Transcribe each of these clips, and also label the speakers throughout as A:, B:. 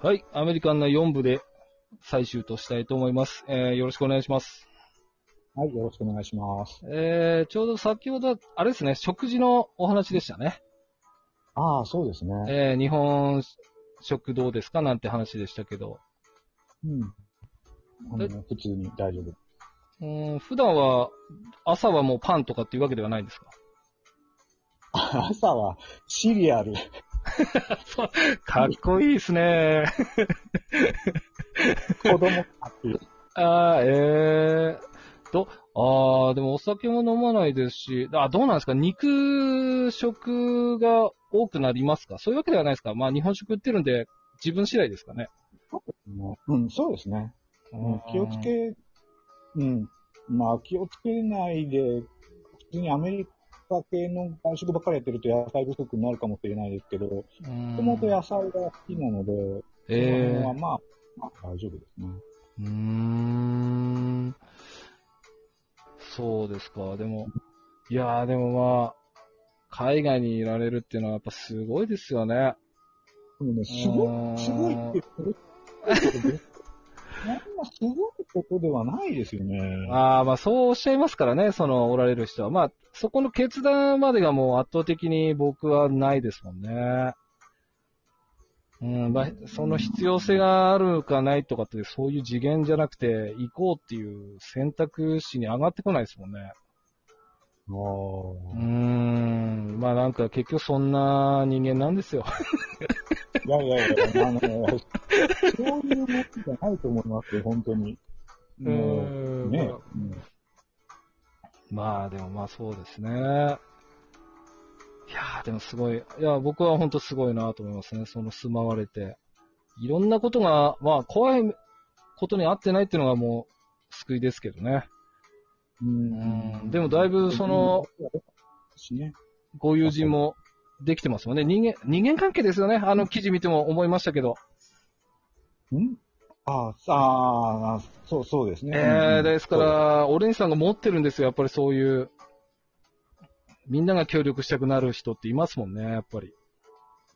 A: はい、アメリカンな4部で最終としたいと思います。えー、よろしくお願いします。
B: はい、よろしくお願いします。
A: えー、ちょうど先ほど、あれですね、食事のお話でしたね。
B: ああ、そうですね。
A: えー、日本食どうですかなんて話でしたけど、
B: うん。あの普通に大丈夫。
A: うーん、普段は、朝はもうパンとかっていうわけではないんですか
B: 朝はシリアル。
A: かっこいいですね。
B: 子供買ってる。
A: ああ、ええと、ああ、でもお酒も飲まないですし、あどうなんですか肉食が多くなりますかそういうわけではないですかまあ日本食売ってるんで、自分次第ですかね。
B: うん、そうですね。うん、気をつけ、うん。まあ、気をつけないで、普通にアメリカ系の外食ばっかりやってると野菜不足になるかもしれないですけど、も
A: う
B: ともと
A: ん。
B: 野菜が好きなので、
A: え
B: その辺は
A: ー
B: まあ、まあ大丈夫ですね。
A: うーん。そうですか。でも、いやーでもまあ、海外にいられるっていうのはやっぱすごいですよね。
B: でもね、すご
A: あー
B: い、すごいって、これ、そんなすごいことではないですよね。
A: ああ、まあそうおっしゃいますからね、そのおられる人は。まあ、そこの決断までがもう圧倒的に僕はないですもんね。うん、まあ、その必要性があるかないとかって、そういう次元じゃなくて、行こうっていう選択肢に上がってこないですもんね。
B: あ
A: う
B: ー
A: ん、まあなんか結局そんな人間なんですよ。
B: いやいやいや、あの、そういうものじゃないと思いますよ、本当に。もう
A: うん
B: ね、
A: まあでもまあそうですね。いやーでもすごい、いや僕は本当すごいなと思いますね。その住まわれて。いろんなことが、まあ怖いことに合ってないっていうのがもう救いですけどね。
B: うん
A: うんでもだいぶその、
B: しね、
A: ご友人もできてますもんね。人間、人間関係ですよね。あの記事見ても思いましたけど。
B: んあーさあ、あーそう、そうですね。
A: え
B: う
A: ー、
B: ん
A: ですか、ら、オレンジさんが持ってるんですよ。やっぱりそういう。みんなが協力したくなる人っていますもんね、やっぱり。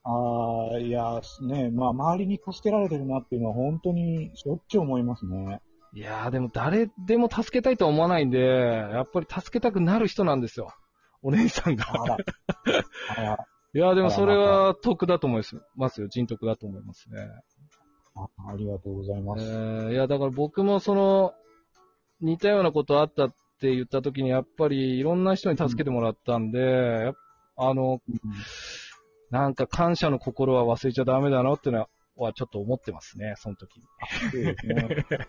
B: ああ、いや、ね、まあ、周りに助けられてるなっていうのは本当にしょっちゅう思いますね。
A: いやー、でも誰でも助けたいとは思わないんで、やっぱり助けたくなる人なんですよ。お姉さんが。
B: あ ら。あら。
A: いやー、でもそれは得だと思いますよ。人徳だと思いますね。
B: あありがとうござい
A: え
B: ます。
A: ー、いや、だから僕もその、似たようなことあったって言った時に、やっぱりいろんな人に助けてもらったんで、やっぱあの、なんか感謝の心は忘れちゃダメだなってのは、ちょっと思ってますね、その時に。
B: そうですね。そうですね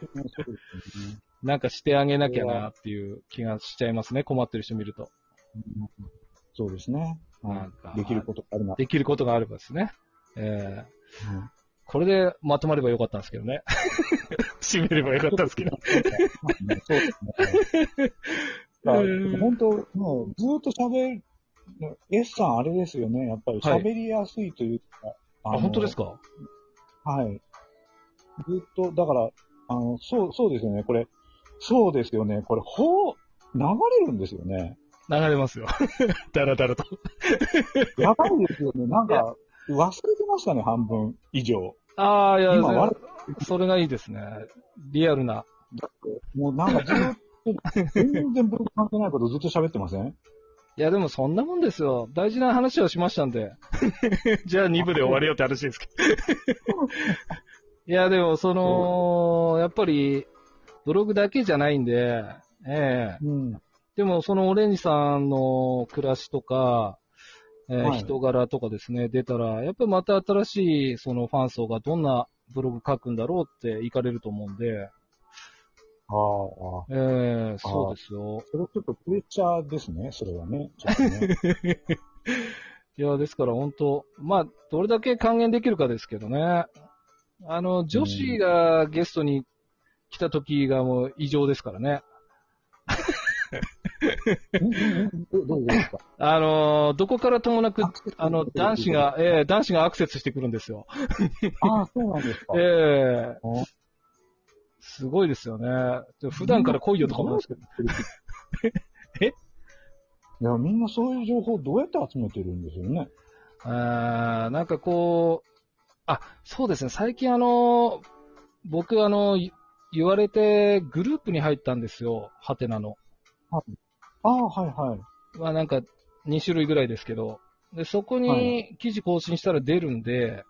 A: なんかしてあげなきゃなっていう気がしちゃいますね、困ってる人見ると。
B: うんそうですね。はい
A: なんか
B: できることが あるな。
A: できることがあればですね。えー
B: うん
A: これでまとまればよかったんですけどね。 締めればよかったんですけど。
B: まあそうですね。だから
A: うん
B: 本当、もうずっと喋る、S さんあれですよね。やっぱり
A: はい
B: 喋りやすいというか。あ
A: あ、
B: の
A: 本当ですか
B: はい。ずっと、だから、あの、そう、そうですよね。これ、そうですよね。これ、ほう、流れるんですよね。
A: 流れます よ。だらだらと。
B: やばいですよね。なんか、忘れてましたね、半分以上。
A: ああ、いや、
B: 今
A: そ
B: 悪
A: れそれがいいですね。リアルな。
B: もうなんかずっと、全然僕関係ないことずっと喋ってません
A: いや、でもそんなもんですよ。大事な話をしましたんで。 じゃあ2部で終われよって話ですけど。 いや、でも、その、やっぱり、ブログだけじゃないんで、ええ
B: うん。
A: でも、そのオレンジさんの暮らしとか、えー
B: はい
A: 人柄とかですね、出たら、やっぱりまた新しいそのファン層がどんなブログ書くんだろうって行かれると思うんで、
B: ああ、そ
A: えー、そうですよ。
B: れはちょっとプレッシャーですね、それはね。ちょっとね
A: いや、ですから本当、まあ、どれだけ還元できるかですけどね。あの、女子がゲストに来た時がもう異常ですからね。
B: うんうんうんどどうですか
A: あの、どこからともなく、あの、男子。が、えー男子がアクセスしてくるんですよ。
B: ああ、そうなんですか。
A: ええ
B: お
A: すごいですよね。で普段から来いよとか思うんですけど。え
B: いや、みんなそういう情報をどうやって集めてるんですよね。
A: あーなんかこあ、そうですね。最近あの、僕あの、い言われてグループに入ったんですよ。ハテナの。
B: ああ、はいはい。
A: まあなんか2種類ぐらいですけど。で、そこ
B: は
A: に
B: い
A: 記事更新したら出るんで、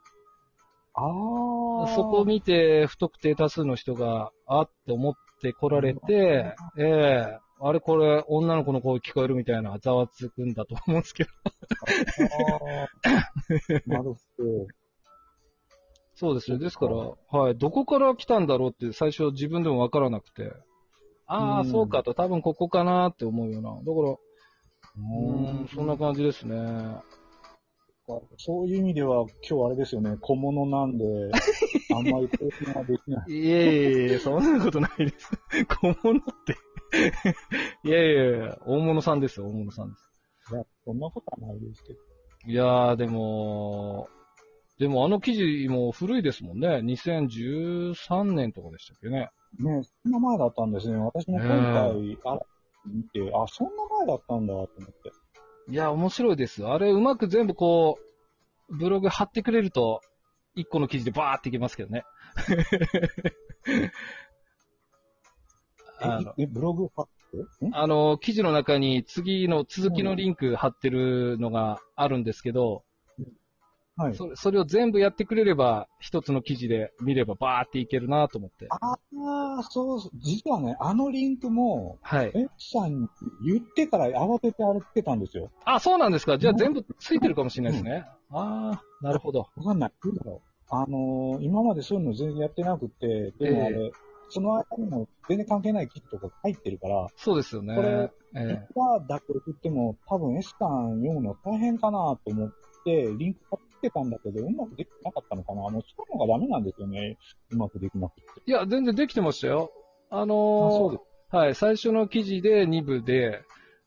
B: ああ。
A: そこを見て不特定多数の人が、あって思って来られて、ええあれこれ女の子の声聞こえるみたいなざわつくんだと思うんですけど。
B: あーな るほど。
A: そうですね。ですから、はい。どこから来たんだろうって最初自分でもわからなくて。ああ、
B: うん
A: そうかと。多分ここかなって思うよな。だから、うん、そんな感じですね。
B: そういう意味では、今日あれですよね、小物なん で、あんまり興奮はできない。
A: いえい えいえ、そんなことないです。小物って。 いやいやいや、大物さんですよ、大物さんです。
B: いやそんなことはないですけど。
A: いやー、でも、でもあの記事も古いですもんね。2013年とかでしたっけね。
B: ね、そんな前だったんですね。私も今回、あ見て、あ、そんな前だったんだと思って。
A: いや、面白いです。あれ、うまく全部こう、ブログ貼ってくれると、一個の記事でバーっていけますけど ね。あの、
B: え、えブログパックん
A: あの、記事の中に次の続きのリンク貼ってるのがあるんですけど、
B: はい。
A: それそれを全部やってくれれば、一つの記事で見ればバーっていけるなと思って。
B: ああ、そう、実はね、あのリンクも、
A: はい。
B: エッチさんに言ってから慌てて歩けたんですよ。
A: あ、そうなんですか。じゃあ全部ついてるかもしれないですね。ああ、なるほど。
B: わかんない。どうだろうあのー今までそういうの全然やってなくて、でもあれ、その間にも全然関係ない記事とか入ってるから、
A: そうですよね。
B: これ
A: え
B: い
A: え
B: くらだけ送っても、多分 S さん読むの大変かなと思って、リンク貼ってたんだけど、うまくできてなかったのかな。もうそういうのがダメなんですよね。うまくできなくて。
A: いや、全然できてましたよ。あ
B: あそ
A: の
B: うで
A: ーはい、最初の記事で2部で、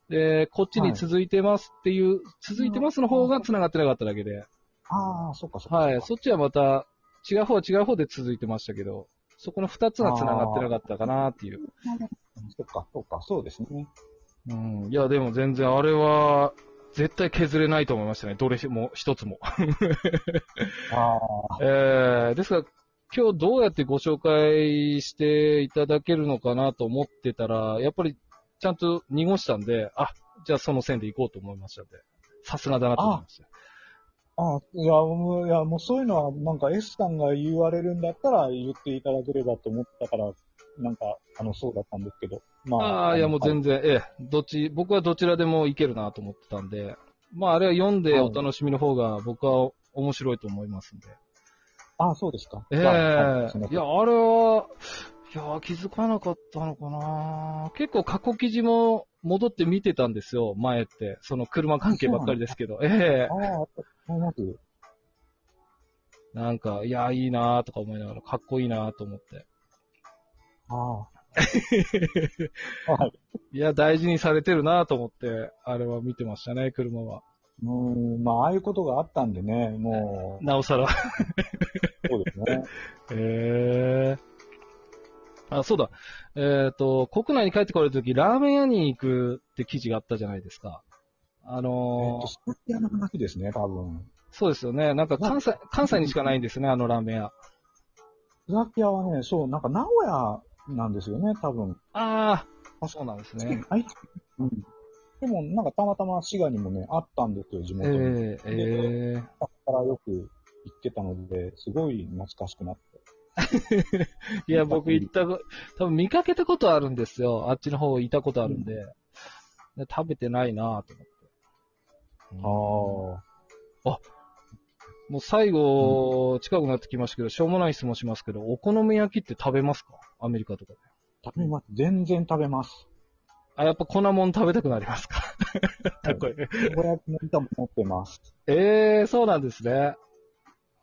A: で、こっちに続いてますっていう、続いてますの方が繋がってなかっただけで、
B: ああ、そっかそっか。
A: はい、そっちはまた、違う方は違う方で続いてましたけど、そこの2つが繋がってなかったかなっていう。
B: そっか、そっか、そうですね。
A: うん、いや、でも全然あれは、絶対削れないと思いましたね。どれも、一つも。
B: あ
A: えー、ですから、今日どうやってご紹介していただけるのかなと思ってたら、やっぱりちゃんと濁したんで、あ、じゃあその線で行こうと思いましたんで、さすがだなと思いました。
B: あ、ああ、いや、もう、いや、もうそういうのは、なんか S さんが言われるんだったら言っていただければと思ったから、なんか、あの、そうだったんですけど。ま
A: ああー、いやもう
B: 然。
A: 全然、ええ、どっち、僕はどちらでもいけるなと思ってたんで、まああれは読んでお楽しみの方が僕は面白いと思いますんで。
B: ああ、そうですか。
A: ええ
B: じゃあ
A: いや、、あれは、いや、気づかなかったのかな結構過去記事も戻って見てたんですよ、前って。その車関係ばっかりですけど。ええ
B: ああ、あります。
A: なんか、いや、いいなとか思いながら、かっこいいなと思って。
B: ああ。はい。
A: いや、大事にされてるなと思って、あれは見てましたね、車は。
B: うーん、まあ、ああいうことがあったんでね、も
A: なおさ ら。
B: う、そうですね。
A: ええあ、そうだ。えっ、と、国内に帰ってこられた時、ラーメン屋に行くって記事があったじゃないですか。あ
B: えっ
A: のー
B: と、スパイアの話ですね、多分。
A: そうですよね。なんか関西、関西にしかないんですね、あのラーメン屋。
B: スパイアはね、そう、なんか名古屋なんですよね、多分。
A: ああ、そうなんですね。
B: はい。うん。でも、なんかたまたま滋賀にもね、あったんですよ、地
A: え
B: 元に。
A: えええ
B: だからよく行ってたので、すごい懐かしくなって。
A: いや、僕行ったこ、多分見かけたことあるんですよ。あっちの方行ったことあるんで。で食べてないなぁと思って。
B: ああ。
A: あ。もう最後、近くなってきましたけど、しょうもない質問しますけど、お好み焼きって食べますかアメリカとかで。
B: 食べます。全然食べます。
A: あ、やっぱ粉もん食べたくなりますか たこ焼き
B: たこ焼きの板も持ってます。
A: ええそうなんですね。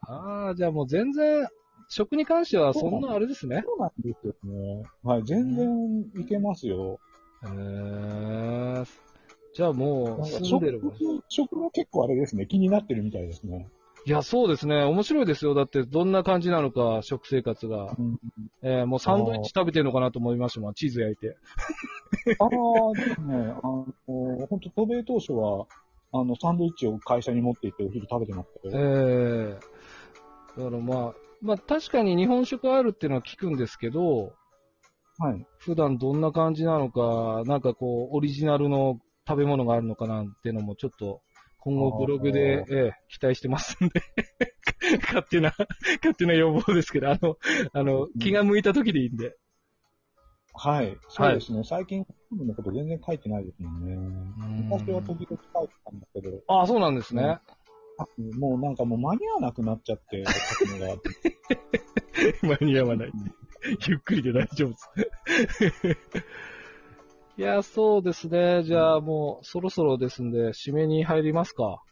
A: ああ、じゃあもう全然、食に関してはそんなあれですね。
B: そうなんですよね。はい、全然いけますよ。
A: ええじゃあもう住んでる場所。
B: 食、食が結構あれですね、気になってるみたいですね。
A: いや、そうですね。面白いですよ。だってどんな感じなのか、食生活が。
B: うん、
A: えーもうサンドイッチ食べてるのかなと思いましたもん。チーズ焼いて。
B: ああ、でもね、あの、本当渡米当初は、あの、サンドイッチを会社に持って行ってお昼食べてましたけ
A: ええ
B: ど、
A: だからまあ、まあ確かに日本食あるっていうのは聞くんですけど、
B: はい。
A: 普段どんな感じなのか、なんかこう、オリジナルの食べ物があるのかなんてのもちょっと、今後ブログで、ええ、期待してますんで、 勝手な、勝手な要望ですけど、あの、あの、気が向いた時でいいんで。
B: はい。そうですね。最近、本のこと全然書いてないですもんね。昔は時々書いてたんだけど、
A: ああ、そうなんですね。
B: もうなんかもう間に合わなくなっちゃって、書くの が。
A: 間に合わない。 ゆっくりで大丈夫です。 いや、そうですね。じゃあもう、そろそろですんで、締めに入りますか。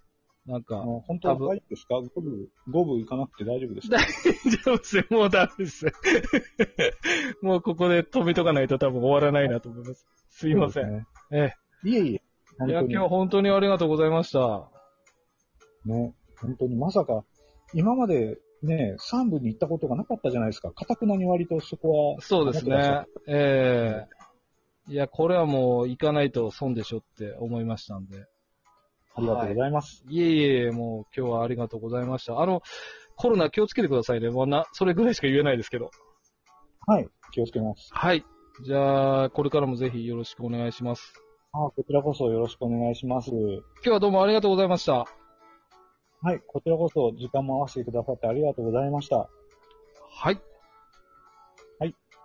A: なんか、
B: もう本当は大丈夫ですか五分、五分行かなくて大丈夫ですか
A: 大丈夫ですよ。もうダメです。 もうここで止めとかないと多分終わらないなと思います。すいません。
B: ん。
A: え
B: いえいえ。
A: え。
B: 本
A: いや、
B: 当に
A: 今日本当にありがとうございました。
B: ね、本当にまさか、今までね、3部に行ったことがなかったじゃないですか。かたくなに割とそこは。
A: そうですね。ええいや、これはもう行かないと損でしょって思いましたんで。
B: ありがとうございます。
A: いえいえ、もう今日はありがとうございました。あの、コロナ気をつけてくださいね。まあ、な、それぐらいしか言えないですけど。
B: はい。気をつけます。
A: はい。じゃあ、これからもぜひよろしくお願いします。
B: あこちらこそよろしくお願いします。
A: 今日はどうもありがとうございました。
B: はい。こちらこそ時間も合わせてくださってありがとうございました。
A: はい。